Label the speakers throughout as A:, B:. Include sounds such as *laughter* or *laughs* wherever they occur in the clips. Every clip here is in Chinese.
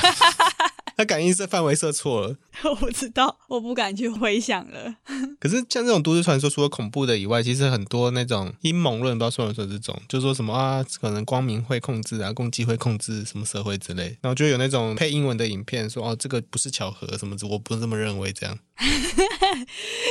A: *laughs* 它感应设范围设错了。
B: 我不知道，我不敢去回想了。
A: 可是像这种都市传说，除了恐怖的以外，其实很多那种阴谋论，不知道算不算这种，就说什么啊，可能光明会控制啊，共济会控制什么社会之类，然后就有那种配英文的影片说哦，这个不是巧合，什么我不这么认为这样。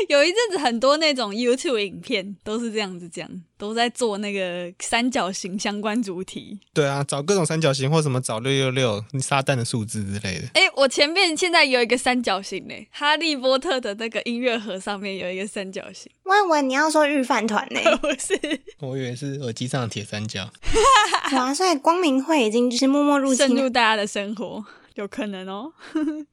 B: 有一阵子很多那种 YouTube 影片都是这样子讲，都在做那个三角形相关主题。
A: 对啊，找各种三角形或什么找六六六、撒旦的数字之类的。
B: 哎、我前面现在有一个三角形嘞，哈利波特的那个音乐盒上面有一个三角形， *laughs*
C: 我以为你要说日饭团欸呢、
B: 不是？
A: 我以为是耳机上的铁三角。
B: *laughs*
C: 哇！啊所以光明会已经就是默默入
B: 深
C: 侵
B: 入
C: 了。
B: 大家的生活， *laughs* 有可能哦。 *laughs*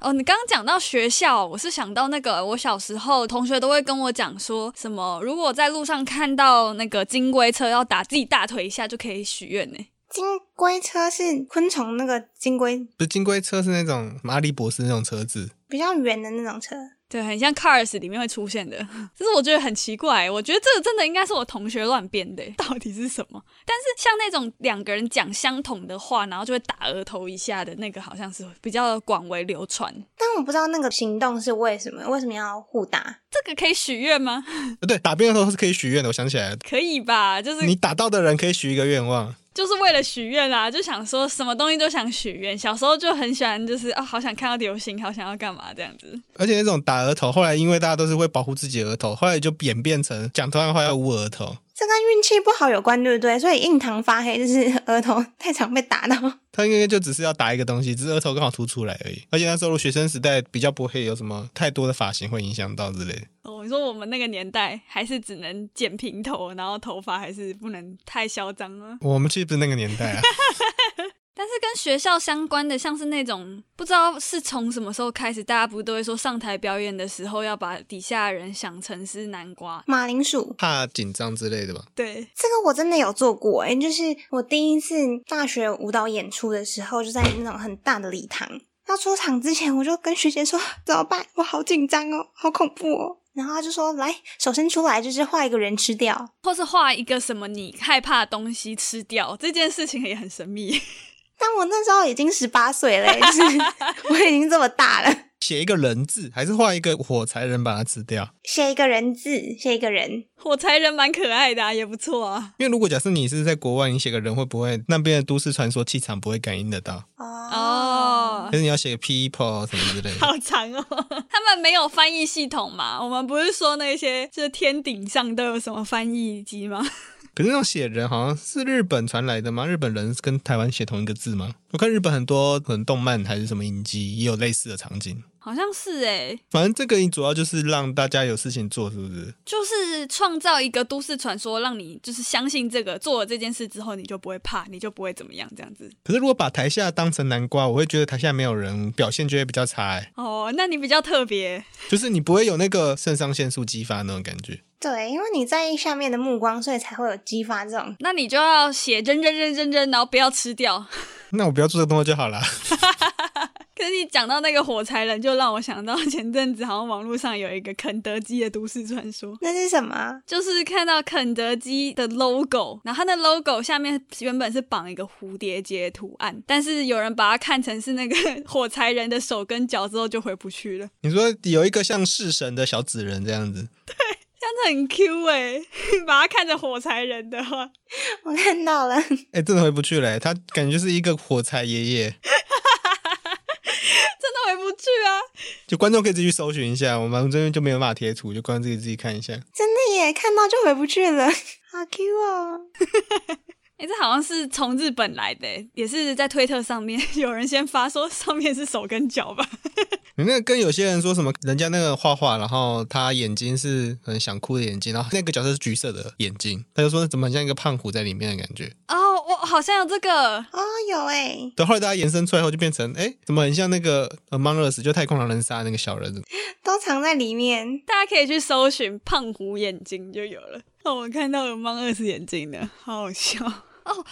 B: 哦，你刚刚讲到学校，我是想到那个，我小时候同学都会跟我讲说什么，如果在路上看到那个金龟车，要打自己大腿一下就可以许愿呢。
C: 金龟车是昆虫那个金龟
A: 不是金龟车是那种阿笠博士那种车子，
C: 比较圆的那种车，
B: 对，很像 Cars 里面会出现的， *laughs* 这是我觉得很奇怪。我觉得这个真的应该是我同学乱编的， *laughs* 到底是什么？但是像那种两个人讲相同的话，然后就会打额头一下的那个，好像是比较广为流传。
C: 但我不知道那个行动是为什么，为什么要互打？
B: 这个可以许愿吗？ *laughs*
A: 呃对，打边的时候是可以许愿的。我想起来了，
B: 可以吧？就是
A: 你打到的人可以许一个愿望。
B: 就是为了许愿啊啦，就想说什么东西都想许愿。小时候就很喜欢，就是啊，好想看到流星，好想要干嘛这样子。
A: 而且那种打额头，后来因为大家都是会保护自己的额头，后来就演变成讲同样的话要捂额头。
C: 这跟运气不好有关，对不对？所以印堂发黑就是额头太常被打到。
A: 他应该就只是要打一个东西，只是额头刚好凸出来而已。而且那时候学生时代比较不会有什么太多的发型会影响到之类的。
B: 哦，你说我们那个年代还是只能剪平头，然后头发还是不能太嚣张啊。
A: 我们其实不是那个年代啊，
B: 但是跟学校相关的，像是那种不知道是从什么时候开始，大家不都会说上台表演的时候要把底下的人想成是南瓜？
C: 马铃薯，
A: 怕紧张之类的吧？
B: 对，
C: 这个我真的有做过诶、欸就是我第一次大学舞蹈演出的时候，就在那种很大的礼堂。要出场之前，我就跟学姐说怎么办，我好紧张哦，好恐怖哦。然后她就说来，手伸出来，就是画一个人吃掉。
B: 或是画一个什么你害怕的东西吃掉，这件事情也很神秘。
C: 但我那时候已经十八岁了、欸，就是 *laughs* 我已经这么大了，
A: 写一个人字，还是画一个火柴人把它吃掉？
C: 写一个人字，写一个人，
B: *laughs* 火柴人蛮可爱的、啊，也不错啊。
A: 因为如果假设你是在国外，你写个人会不会那边的都市传说气场不会感应得到？
C: 啊
B: 哦
A: 但，是你要写个 people 啊什么之类的。
B: 好长哦。 *laughs* 他们没有翻译系统嘛？我们不是说那些就是天顶上都有什么翻译机吗？
A: 可是那种写人好像是日本传来的吗？日本人跟台湾写同一个字吗？我看日本很多可能动漫还是什么影集也有类似的场景。
B: *laughs* 好像是欸诶、
A: 反正这个主要就是让大家有事情做，是不是？
B: 就是创造一个都市传说，让你就是相信这个，做了这件事之后，你就不会怕，你就不会怎么样这样子。
A: 可是如果把台下当成南瓜，我会觉得台下没有人，表现就会比较差、欸，
B: 哦，那你比较特别，
A: 就是你不会有那个肾上腺素激发那种感觉。
C: 对，因为你在意下面的目光，所以才会有激发这种。
B: 那你就要写扔扔扔扔扔，然后不要吃掉。 *laughs*
A: 那我不要做这个动作就好啦。 *laughs*
B: 可是你讲到那个火柴人，就让我想到前阵子好像网络上有一个肯德基的都市传说，
C: 那是什么啊？ *laughs*
B: 就是看到肯德基的 logo，然后它的 logo 下面原本是绑一个蝴蝶结图案，但是有人把它看成是那个火柴人的手跟脚，之后就回不去了。
A: 你说有一个像式神的小纸人这样子，
B: 这样子很 Q 哎、 *laughs* 把它看成火柴人的话，
C: 我看到了，
A: 哎、真的回不去了、欸他感觉就是一个火柴爷爷。
B: 真的回不去啊！
A: 就观众可以自己去搜寻一下，我们这边就没有办法贴图，就观众自己自己看一下。
C: 真的耶，看到就回不去了，好 Q 哦！
B: 哎、这好像是从日本来的欸、也是在推特上面有人先发说上面是手跟脚吧，
A: 你那个跟有些人说什么，人家那个画画，然后他眼睛是很想哭的眼睛，然后那个角色是橘色的眼睛，他就说怎么很像一个胖虎在里面的感觉。
B: 哦，我好像有这个，
C: 哦，有哎、
A: 等后来大家延伸出来后，就变成哎，怎么很像那个 Among Us 就太空狼人杀那个小人？
C: 都藏在里面。
B: 大家可以去搜寻“胖虎眼睛”就有了。哦，我看到有mang 二十眼睛的，好好笑哦。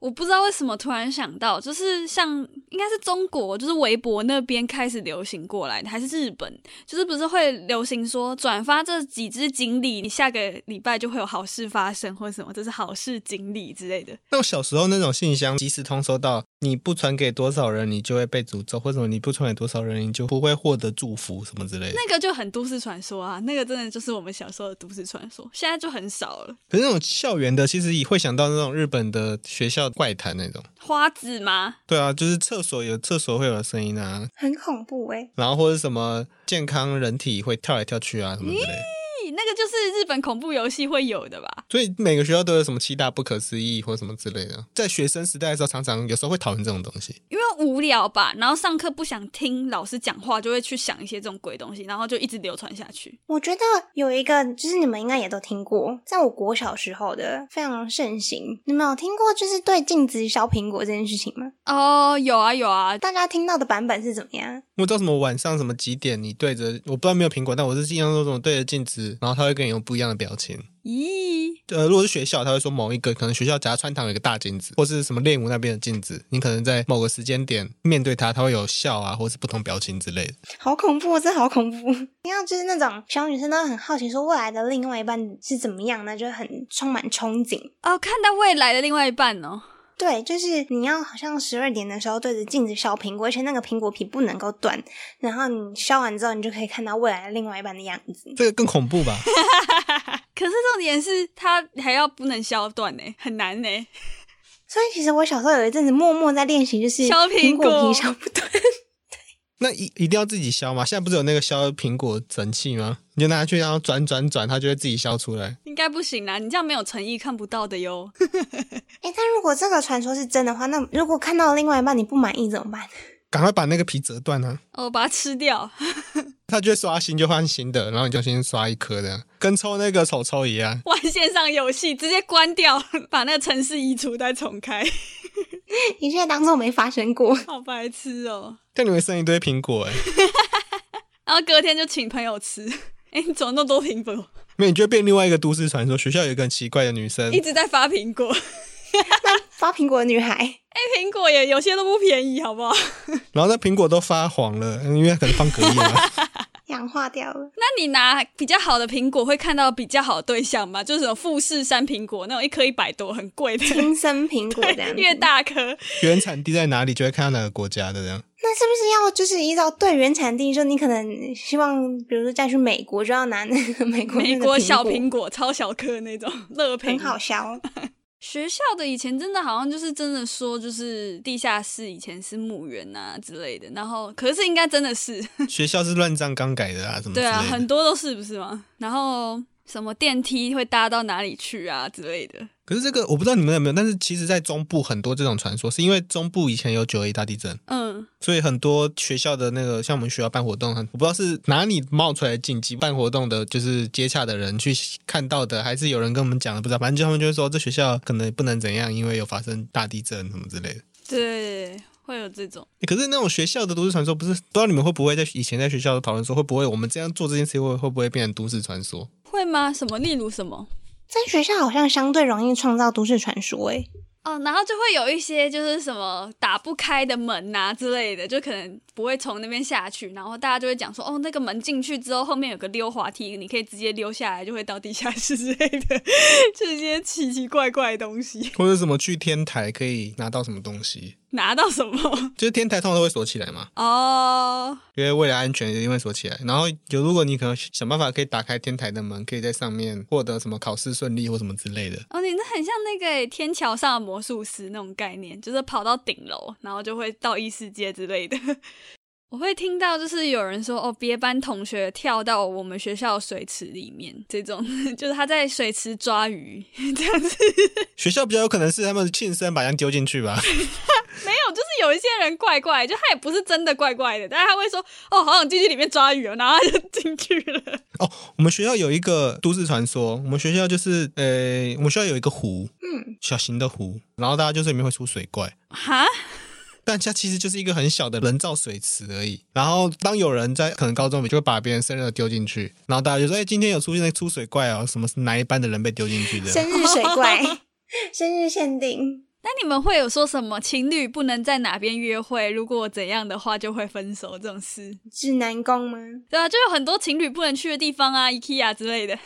B: 我不知道为什么突然想到，就是像应该是中国，就是微博那边开始流行过来的，还是日本，就是不是会流行说转发这几只锦鲤，你下个礼拜就会有好事发生，或者什么，这是好事锦鲤之类的。
A: 那我小时候那种信箱即时通收到，你不传给多少人，你就会被诅咒，或者什么你不传给多少人，你就不会获得祝福什么之类的。
B: *laughs* 那个就很都市传说啊，那个真的就是我们小时候的都市传说，现在就很少了。
A: 可是那种校园的，其实也会想到那种日本的学校怪谈那种。
B: 花子吗？
A: 对啊，就是厕所有厕所会有声音啊，
C: 很恐怖哎、
A: 然后或者什么健康人体会跳来跳去啊什么之类的。
B: 咦，那个就是日本恐怖游戏会有的吧？
A: 所以每个学校都有什么七大不可思议或什么之类的，在学生时代的时候，常常有时候会讨论这种东西。
B: 因为无聊吧，然后上课不想听老师讲话，就会去想一些这种鬼东西，然后就一直流传下去。
C: 我觉得有一个，就是你们应该也都听过，在我国小时候的非常盛行。你们有听过就是对镜子削苹果这件事情吗？
B: 哦，有啊有啊，
C: 大家听到的版本是怎么样？
A: 我知道什么晚上什么几点，你对着我不知道有没有苹果，但我是印象中这种对着镜子，然后他会跟你用不一样的表情。
B: 咦，
A: 呃，如果是学校，他会说某一个可能学校夹川堂有一个大镜子，或是什么练舞那边的镜子，你可能在某个时间点面对它，它会有笑啊，或是不同表情之类的。
C: 好恐怖，哦真的好恐怖！ *laughs* 你看，就是那种小女生都很好奇，说未来的另外一半是怎么样，那就很充满憧憬。
B: 哦，看到未来的另外一半哦，
C: 对，就是你要好像十二点的时候对着镜子削苹果，而且那个苹果皮不能够断，然后你削完之后，你就可以看到未来的另外一半的样子。
A: 这个更恐怖吧？
B: 可是重点是他还要不能削断呢，很难欸呢。
C: 所以其实我小时候有一阵子默默在练习，就是
B: 削苹
C: 苹
B: 果
C: 果皮削不断。
A: 那一一定要自己削吗？现在不是有那个削苹果神器吗？你就拿去，然后转转转，它就会自己削出来。
B: 应该不行啊啦，你这样没有诚意，看不到的 *laughs* 哟。
C: 哎，但如果这个传说是真的话，那如果看到另外一半你不满意怎
B: *laughs*
C: 么办？
A: 赶快把那个皮折断啊！
B: 哦，把它吃掉。 *laughs*
A: 它就会刷新，就换新的，然后你就先刷一颗的，跟抽那个手抽一样。
B: 玩线上游戏，直接关掉， *laughs* 把那个城市移除再重开， *laughs*
C: 一切当做没发生过。
B: 好白痴哦。
A: 但你会剩一堆苹果哎、欸，
B: 然后隔天就请朋友吃。 *laughs* 哎，你怎么那么多苹果？
A: 没有你就会变另外一个都市传说。学校有一个很奇怪的女生
B: 一，直在发苹果，
C: 那发苹果的女孩，
B: 哎，
A: *laughs*
B: 苹果也有些都不便宜，好不好？
A: 然后那苹果都发黄了，因为可能放隔夜
B: *laughs*
A: 了。
C: 氧化掉了。
B: 那你拿比较好的苹果，会看到比较好的对象吗？就是有富士山苹果那种一颗一百多，很贵
A: *laughs*
B: 的，
C: 亲生苹果这样子，
B: *laughs* 越大颗。
A: 原产地在哪里，就会看到哪个国家的这样。
C: 那是不是要就是依照对原产地，就你可能希望，比如说再去美国，就要拿那个美国那
B: 美
C: 个
B: 国小
C: 苹
B: 苹果，超小颗那
A: *laughs*
B: 种，乐
C: 很
B: 苹。
C: 好削。
B: 学校的以前真的好像就是真的说，就是地下室以前是墓园啊之类的，然后可是应该真的是，
A: 学校是乱葬岗改的啊，什嗯么之
B: 对
A: 类
B: 啊，
A: 的。
B: 很多都是不是吗？然后什么电梯会搭到哪里去啊之类的，
A: 可是这个我不知道你们有没有，但是其实在中部很多这种传说，是因为中部以前有九二一大地震，
B: 嗯，
A: 所以很多学校的那个像我们学校办活动，我不知道是哪里冒出来的禁忌，办活动的就是接洽的人去看到的，还是有人跟我们讲的，不知道。反正就他们就会说这学校可能不能怎样，因为有发生大地震什么之类的。
B: 对，会有这种。
A: 欸可是那种学校的都市传说，不是不知道你们会不会在以前在学校讨论说，会不会我们这样做这件事情会会不会变成都市传说？
B: 会吗？什么？例如什么？
C: 在学校好像相对容易创造都市传说，哎诶，
B: 哦，然后就会有一些就是什么打不开的门呐、之类的，就可能不会从那边下去，然后大家就会讲说，哦，那个门进去之后，后面有个溜滑梯，你可以直接溜下来，就会到地下室之类的， *laughs* 就是一些奇奇怪怪的东西。
A: 或者什么去天台可以拿到什么东西？
B: 拿到什
A: *laughs*
B: 么？
A: 就是天台通常都会锁起来嘛，
B: 哦，
A: 因为为了安全一定会锁起来。然后有如果你可能想办法可以打开天台的门，可以在上面获得什么考试顺利或什么之类的。
B: 哦，你那很像那个诶天桥上的魔术师那种概念，就是跑到顶楼，然后就会到异世界之类的。 *laughs* 我会听到就是有人说哦，别班同学跳到我们学校水池里面，这种 *laughs* 就是他在水池抓鱼这样子，
A: 学校比较有可能是他们庆生把人丢进去吧，
B: 没有就是有一些人怪怪，就他也不是真的怪怪的，但是他会说哦，好想进去里面抓鱼哦，然后他就进去了。
A: 哦，我们学校有一个都市传说，我们学校就是呃、我们学校有一个湖，
C: 嗯，
A: 小型的湖，然后大家就是里面会出水怪，
B: 哈，
A: 但它其实就是一个很小的人造水池而已。然后当有人在可能高中里就会把别人生日的丢进去，然后大家就说：“哎、今天有出现那个出水怪哦，什么是哪一班的人被丢进去的？”
C: 生日水
B: *laughs*
C: 怪，生日限定，
B: 那你们会有说什么情侣不能在哪边约会，如果怎样的话就会分手这种事？
C: 指南宫吗？
B: 对啊，就有很多情侣不能去的地方啊，IKEA 之类的。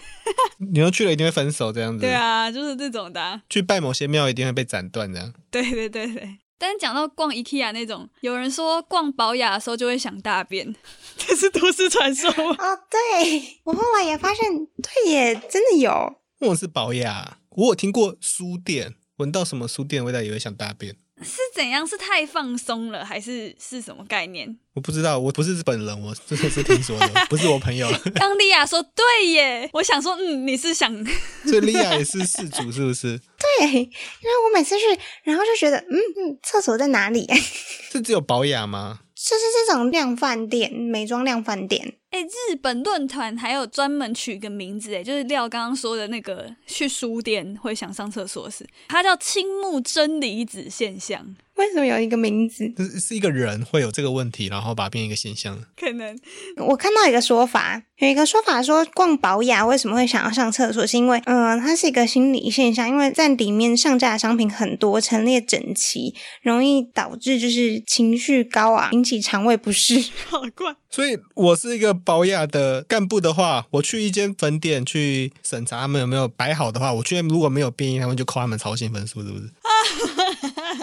A: 你说去了一定会分手这样子，
B: 对，啊，就是这种的啊、
A: 去拜某些庙一定会被斩断这样。
B: 对对对对。但是讲到逛 IKEA 那种，有人说逛宝雅的时候就会想大便， *laughs* 这是都市传说吗？
C: 哦，对我后来也发现，对耶，真的有。
A: 我是保雅，我有听过书店，闻到什么书店的味道也会想大便。
B: *laughs* 是怎样？是太放松了，还是是什么概念？
A: 我不知道，我不是日本人，我这个是听说的，不是我朋友。 *laughs*
B: 刚莉亚说对耶， *laughs* 我想说，嗯，你是想 *laughs*
A: 所以莉亚也是事主，是不是？
C: 对，因为我每次去，然后就觉得，嗯嗯，厕所在哪里？ *laughs* 就是
A: 只有保雅吗？
C: 是这种量贩店，美妆量贩店。
B: 哎、日本论坛还有专门取一个名字，哎，就是廖刚刚说的那个去书店会想上厕所是，它叫青木真离子现象，
C: 为什么有一个名字？
A: 是是一个人会有这个问题，然后把它变一个现象。
B: 可能
C: 我看到一个说法，有一个说法说逛宝雅为什么会想要上厕所，是因为，嗯、它是一个心理现象，因为在里面上架的商品很多，陈列整齐，容易导致就是情绪高昂，引起肠胃不适。
B: 好怪。
A: 所以我是一个保雅的干部的话，我去一间分店去审查他们有没有摆好的话，我居然如果没有变异，他们就扣他们操性分数，是不是？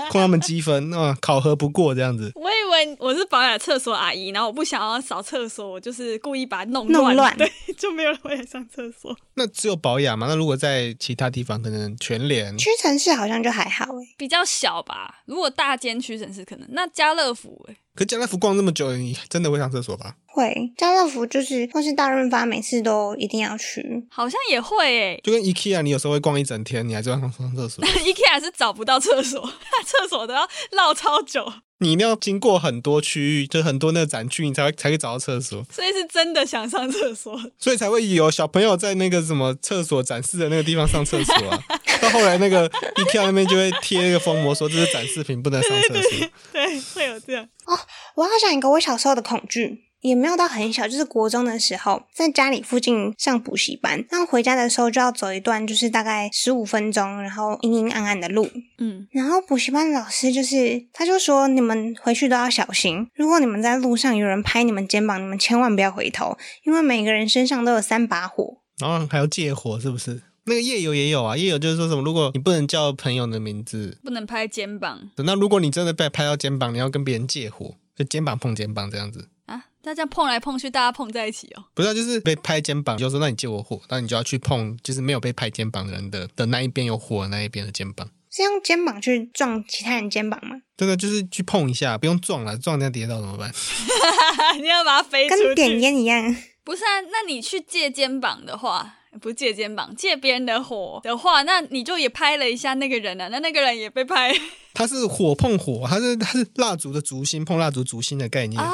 A: 扣他们积分，那、考核不过这样子。
B: 我以为我是保养厕所阿姨，然后我不想要扫厕所，我就是故意把它弄
C: 弄乱
B: 对， *laughs* 就没有人会来上厕所。
A: 那只有保雅嘛？那如果在其他地方，可能全联
C: 屈臣氏好像就还好诶，
B: 比较小吧，如果大间屈臣氏可能，那家乐福、哎，
A: 可家乐福逛这么久，你真的会上厕所吧？
C: 会家乐福就是或是大润发，每次都一定要去。
B: 好像也会哎、。
A: 就跟 IKEA，你有时候会逛一整天，你还是要上上厕所
B: IKEA
A: *laughs*
B: 是找不到厕所， *laughs* 厕所都要绕超久，
A: 你一定要经过很多区域，就很多那个展区，你才会才可以找到厕所，
B: 所以是真的想上厕所。 *laughs*
A: 所以才会有小朋友在那个什么厕所展示的那个地方上厕所啊。到后来那个 IKEA 那边就会贴那个封膜，说这是展示品，不能上厕所。
B: 对，会有这样。
C: 我要讲一个我小时候的恐惧，也没有到很小，就是国中的时候，在家里附近上补习班，那回家的时候就要走一段，就是大概十五分钟，然后阴阴暗暗的路。
B: 嗯，
C: 然后补习班老师就是，他就说你们回去都要小心，如果你们在路上有人拍你们肩膀，你们千万不要回头，因为每个人身上都有三把火。
A: 然后还要借火，是不是？那个夜游也有啊，夜游就是说什么，如果你不能叫朋友的名字，
B: 不能拍肩膀
A: 那如果你真的被拍到肩膀，你要跟别人借火，就肩膀碰肩膀这样子。
B: 啊，大家碰来碰去，大家碰在一起 *laughs* 哦。
A: 不是、啊，就是被拍肩膀，就说那你借我火，那你就要去碰，就是没有被拍肩膀的人的的那一边有火的那一边的肩膀。
C: 是用肩膀去撞其他人肩膀吗？
A: 真的就是去碰一下，不用撞了，撞人家跌倒怎么办？
B: 啊你要把它飞出
C: 跟点
B: 去。
C: 烟一样， *laughs*
B: 不是啊，那你去借肩膀的话。不是借肩膀，借别人的火的话，那你就也拍了一下那个人啊，那那个人也被拍
A: 它是火碰火，它是它是蜡烛的烛芯碰蜡烛烛芯的概念。
B: 啊。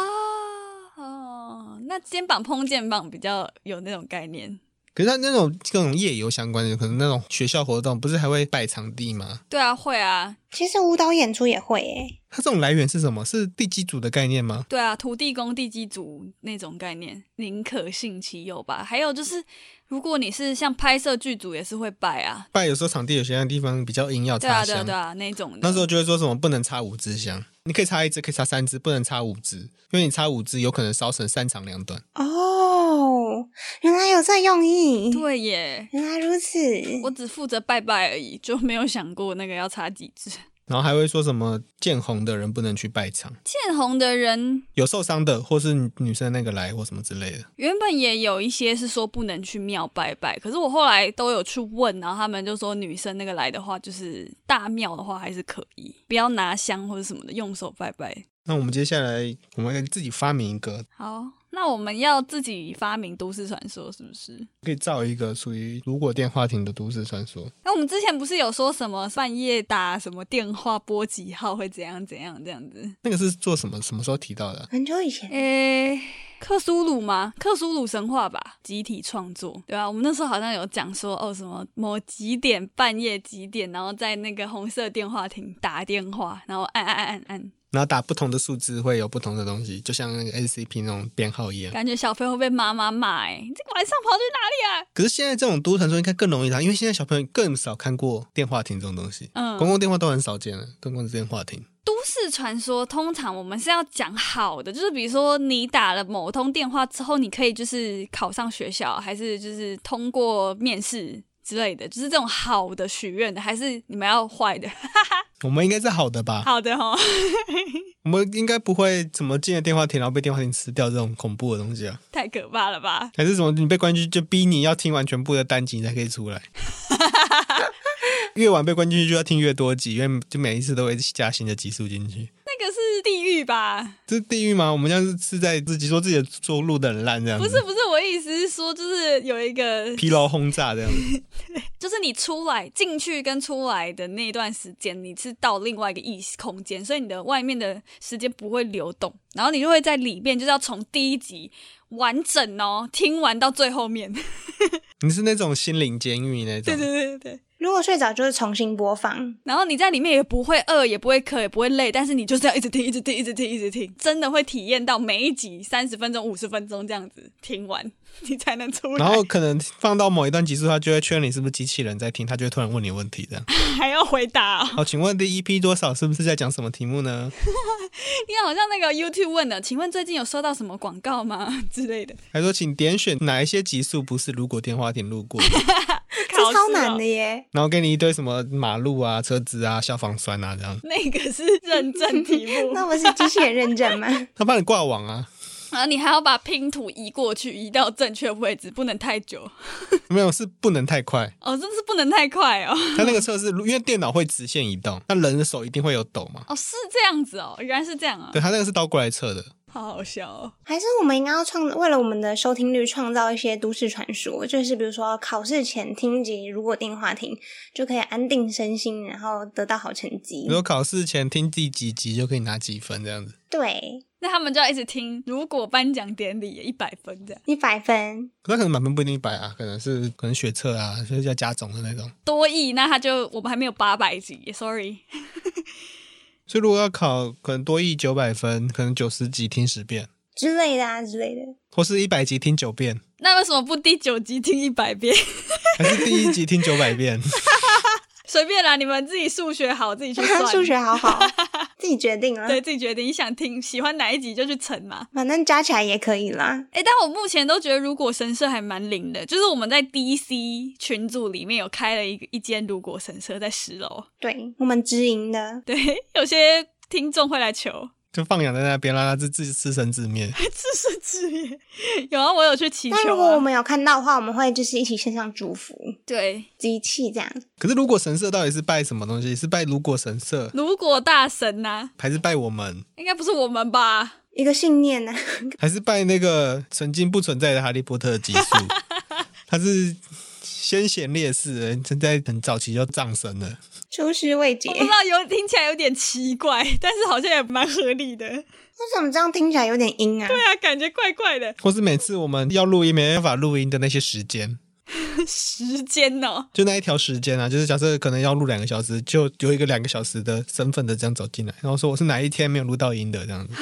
B: 哦，那肩膀碰肩膀比较有那种概念。
A: 可是它那种这种夜游相关的，可能那种学校活动不是还会摆场地吗？
B: 对啊，会啊，
C: 其实舞蹈演出也会诶、
A: 它这种来源是什么？是地基组的概念吗？
B: 对啊，土地公、地基主那种概念，宁可信其有吧。还有就是，如果你是像拍摄剧组，也是会拜啊。
A: 不然有时候场地有些地方比较硬要
B: 对啊，
A: 插
B: 对
A: 香，
B: 啊，对啊，那种的。
A: 那时候就会说什么不能插五支香，你可以插一支，可以插三支，不能插五支，因为你插五支有可能烧成三长两短。
C: 哦，原来有这用意。
B: 对耶，
C: 原来如此。
B: 我只负责拜拜而已，就没有想过那个要插几支。 *laughs*
A: 然后还会说什么见红的人不能去拜场，
B: 见红的人
A: 有受伤的或是女生那个来或什么之类的。
B: 原本也有一些是说不能去庙拜拜，可是我后来都有去问，然后他们就说女生那个来的话，就是大庙的话还是可以，不要拿香或者什么的，用手拜拜。
A: 那我们接下来我们自己发明一个
B: 好，那我们要自己发明都市传说，是不是？
A: 可以造一个属于如果电话亭的都市传说。
B: 那我们之前不是有说什么半夜打什么电话拨几号会怎样怎样这样子？
A: 那个是做什么？什么时候提到的啊？
C: 很久以前，
B: 诶、克苏鲁吗？克苏鲁神话吧，集体创作，对吧、啊我们那时候好像有讲说，哦，什么某几点半夜几点，然后在那个红色电话亭打电话，然后按按按按按，
A: 然后打不同的数字会有不同的东西，就像那个 SCP 那种编号一样。
B: 感觉小朋友被妈妈骂、诶你这个晚上跑去哪里啊？
A: 可是现在这种都市传说应该更容易打，因为现在小朋友更少看过电话亭这种东西，
B: 嗯
A: 公共电话都很少见了，更何况是电话亭。
B: *laughs* 都市传说通常我们是要讲好的，就是比如说你打了某通电话之后，你可以就是考上学校，还是就是通过面试之类的，就是这种好的许愿的，还是你们要坏 *laughs* 的？
A: 我们应该是好的吧？
B: 好的哦哈，
A: 我们应该不会怎么进了电话亭，然后被电话亭吃掉这种恐怖的东西啊？
B: 太可怕了吧？
A: 还是什么？你被关进去就逼你要听完全部的单集你才可以出
B: *laughs*
A: 来？越晚被关进去就要听越多集，因为就每一次都会加新的集数进去。
B: 那个是地狱吧？
A: 这是地狱吗？我们像是是在自己说自己的做录的很烂这样
B: 不
A: 子，
B: 是不是，我意思是说，就是有一个，
A: 疲劳轰炸
B: *laughs*
A: 这样子。
B: 就是你出来进去跟出来的那一段时间，你是到另外一个异空间，所以你的外面的时间不会流动，然后你就会在里面，就是要从第一集完整哦听完到最后面。 *laughs*
A: 你是那种心灵监狱那
B: 对
A: 种？
B: 对对对对。
C: 如果睡着就是重新
B: *laughs*
C: 播放，
B: 然后你在里面也不会饿，也不会渴，也不会累，但是你就是要一直听，一直听，一直听，一直听，真的会体验到每一集三十分钟、五十分钟这样子听完，你才能出来。
A: 然后可能放到某一段集数，他就会确认你是不是机器人在听，他就会突然问你问题这样。
B: 还要回答、哦，
A: 好，请问第一批多少是不是在讲什么题目呢？
B: 你好像那个 YouTube 问的，请问最近有收到什么广告吗 *laughs* 之类的？
A: 还说请点选哪一些集数不是如果电话亭路过的，
B: 考
C: 这
B: 试
C: 超
B: 哦
C: 难的耶。
A: 然后给你一堆什么马路啊、车子啊、消防栓啊这样，
B: 那个是认证
C: *laughs*
B: 题目，
C: 那我是机器人认证吗？ *laughs*
A: 他帮你挂网啊。
B: 然后你还要把拼图移过去，移到正确位置，不能太久
A: 没有，是不能太快。
B: 哦，真的是不能太快哦。 *laughs*
A: 他那个测试，因为电脑会直线移动，那人的手一定会有抖嘛。
B: 哦，是这样子哦，原来是这样啊
A: 对，，他那个是倒过来测的。
B: 好好笑哦。
C: 还是我们应该要创，为了我们的收听率创造一些都市传说，就是比如说考试前听集，如果电话听就可以安定身心，然后得到好成绩
A: 比如。说考试前听第几集就可以拿几分这样子。
C: 对，
B: 那他们就要一直听，如果颁奖典礼一百分这样，
C: 一百分，
A: 那可能满分不一定一百啊，可能是可能学测啊，就是要加总的那种。
B: 多亿那他就我们还没有八百集，sorry， *laughs*
A: 所以如果要考可能多一九百分，可能九十集听十遍，
C: 之类的啊之类的。
A: 或是一百集听九遍，
B: 那为什么不第九集听一百遍？ *laughs*
A: 还是第一集听九百遍？ *laughs*
B: 随便啦，你们自己数学好自己去算，
C: *laughs* 数学好啊好，自己决定
B: *laughs*
C: 了。
B: 对自己决定，你想听喜欢哪一集就去乘嘛。
C: 反正加起来也可以啦。
B: 哎，但我目前都觉得如果神社还蛮灵的，就是我们在 DC 群组里面有开了一个一间如果神社在十楼，
C: 对我们直营的，
B: 对，有些听众会来求。 *laughs*
A: 就放养在那边，让它自自自生自灭。
B: 自生自灭，有啊，我有去祈求、啊。
C: 但如果我们有看到的话，我们会就是一起线上祝福
B: 对
C: 机器这样。
A: 可是如果神社到底是拜什么东西？是拜如果神社，
B: 如果大神呐、
A: 还是拜我们，
B: 应该不是我们吧？
C: 一个信念啊呢、
A: 还是拜那个曾经不存在的哈利波特的集数？他是先贤烈士，人正在很早期就葬身了。
C: 出师未捷。
B: 我不知
C: 为
B: 道有，听起来有点奇怪，但是好像也蛮合理的。 *laughs*
C: 什么这样听起来有点阴啊？
B: 对啊，感觉怪怪的。
A: 或是每次我们要录音没办法录音的那些时间，
B: 时间哦，
A: 就那一条时间啊，就是假设可能要录两个小时，就有一个两个小时的身份的这样走进来，然后说我是哪一天没有录到音的这样子，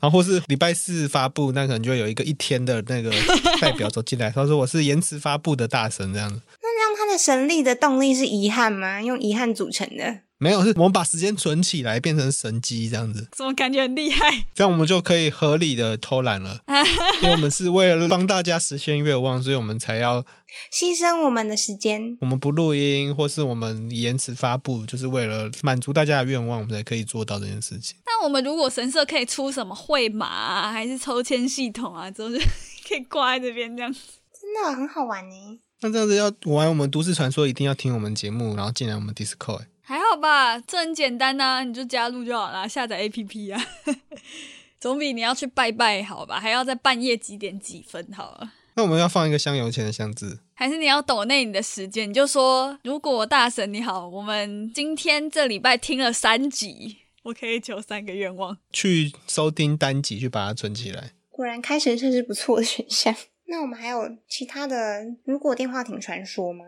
A: 然后或是礼拜四发布，那可能就有一个一天的那个代表走进来，他说我是延迟发布的大神这样子，
C: 那这样他的神力的动力是遗憾吗？用遗憾组成的，
A: 没有，是我们把时间存起来变成神机这样子，
B: 怎么感觉很厉害？
A: 这样我们就可以合理的偷懒了，因为我们是为了帮大家实现愿望，所以我们才要
C: 牺牲我们的时间。
A: 我们不录音，或是我们延迟发布，就是为了满足大家的愿望，我们才可以做到这件事情。
B: 那我们如果神社可以出什么会码啊，还是抽签系统啊，之后就可以挂在这边这样。
C: 真的很好玩欸呢。
A: 那这样子要玩我们都市传说，一定要听我们节目，然后进来我们 Discord。欸
B: 还好吧，这很简单呐、你就加入就好啦，下载 APP 啊。 *laughs* 总比你要去拜拜好吧？还要在半夜几点几分好了。
A: 那我们要放一个香油钱的箱子，
B: 还是你要抖内你的时间，你就说如果大神你好，我们今天这礼拜听了三集，我可以求三个愿望。
A: 去收听单集，去把它存起来。
C: 果然开神社是不错的选项。那我们还有其他的如果电话亭传说吗？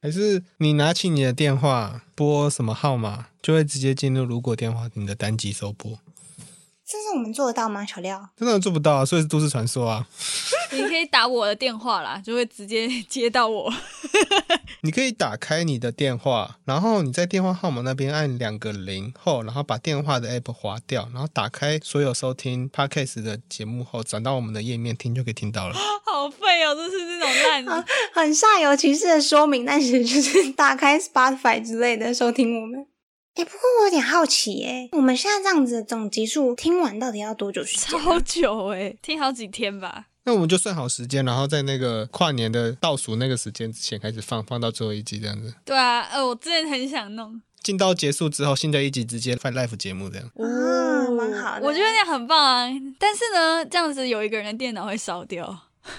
A: 还是你拿起你的电话拨什么号码，就会直接进入如果电话亭的单集收播。
C: 这是我们做得到吗？小廖，
A: 真的做不到啊，所以是都市传说啊。
B: 你可以打我的电话啦，就会直接接到我。
A: 你可以打开你的电话，然后你在电话号码那边按两个零后，然后把电话的 app 划掉，然后打开所有收听 podcast 的节目后，转到我们的页面听就可以听到了。
B: *laughs* 好废哦，这是那种烂的。
C: 很煞有其事的说明， *laughs* 但其实就是打开 Spotify 之类的收听我们。哎、不过我有点好奇、耶，我们现在这样子总集数听完到底要多久时间啊？
B: 超久哎、 *laughs* 听好几天吧。
A: 那我们就算好时间，然后在那个跨年的倒数那个时间之前开始放，放到最后一集这样子，
B: 对啊，呃，我之前很想弄，
A: 进到结束之后，新的一集直接放 live 节目这样。
C: 啊
B: 哦
C: 蛮好的
B: 我觉得那样很棒啊。但是呢，这样子有一个人的电脑会烧掉， *laughs*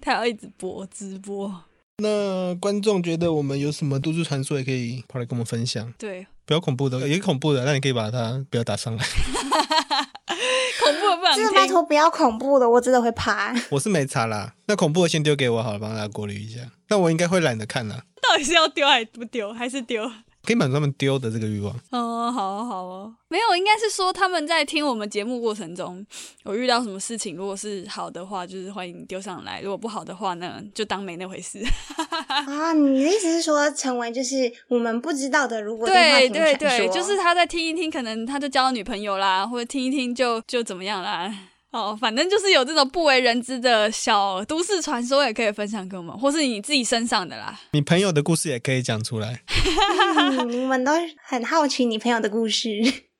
B: 他要一直播直播。
A: 那观众觉得我们有什么都市传说，也可以跑来跟我们分享，
B: 对，
A: 不要恐怖的，也恐怖的，那你可以把它不要打上来。 *laughs*
B: 恐怖的不想
C: 真的拜
B: 听。
C: 托不要恐怖的，我真的会
B: *laughs*
C: 怕。
A: 我是没查啦，那恐怖的先丢给我好了，帮大家过滤一下。那我应该会懒得看啦，
B: 到底是要丢还是不丢？还是丢？
A: 可以满足他们丢的这个欲望。
B: 哦，好哦，好哦，没有，应该是说他们在听我们节目过程中，有遇到什么事情，如果是好的话，就是欢迎丢上来；如果不好的话呢，就当没那回事。
C: 啊，你的意思是说，成为就是我们不知道的，如果电话
B: 对
C: 亭
B: 对
C: 传
B: 对，
C: 说
B: 就是他在听一听，可能他就交了女朋友啦，或者听一听就就怎么样啦。哦，反正就是有这种不为人知的小都市传说，也可以分享给我们，或是你自己身上的啦。
A: 你朋友的故事也可以讲出来。
C: 嗯我们都很好奇你朋友的故事。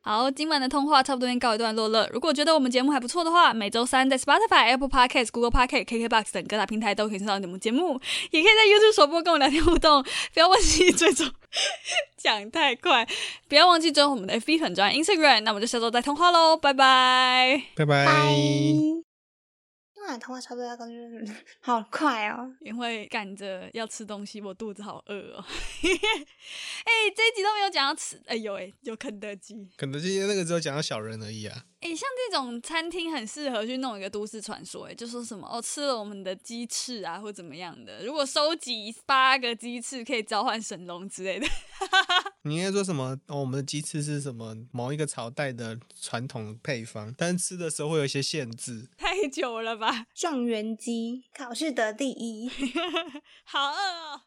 B: 好，今晚的通话差不多先告一段落了。如果觉得我们节目还不错的话，每周三在 Spotify、Apple Podcast、Google Podcast、KKBox 等各大平台都可以听到我们节目，也可以在 YouTube 首播跟我聊天互动。不要忘记追踪， *laughs* 讲太快，不要忘记追踪我们的 FB 粉专 Instagram。那我们就下周再通话喽，拜拜。
A: 拜拜。
C: 拜。今晚的通话差不多要到这里了，好快哦！
B: 因为赶着要吃东西，我肚子好饿哦。 *laughs* 哎、这一集都没有讲到吃，哎呦哎，有肯德基。
A: 肯德基那个只有讲到小人而已啊，
B: 哎、像这种餐厅很适合去弄一个都市传说，哎，就说什么哦，吃了我们的鸡翅啊，或怎么样的。如果收集八个鸡翅，可以召唤神龙之类的。 *laughs*
A: 你应该说什么？哦，我们的鸡翅是什么某一个朝代的传统配方，但是吃的时候会有一些限制。
B: 太久了吧，
C: 状元机考试得第一。
B: 好饿哦。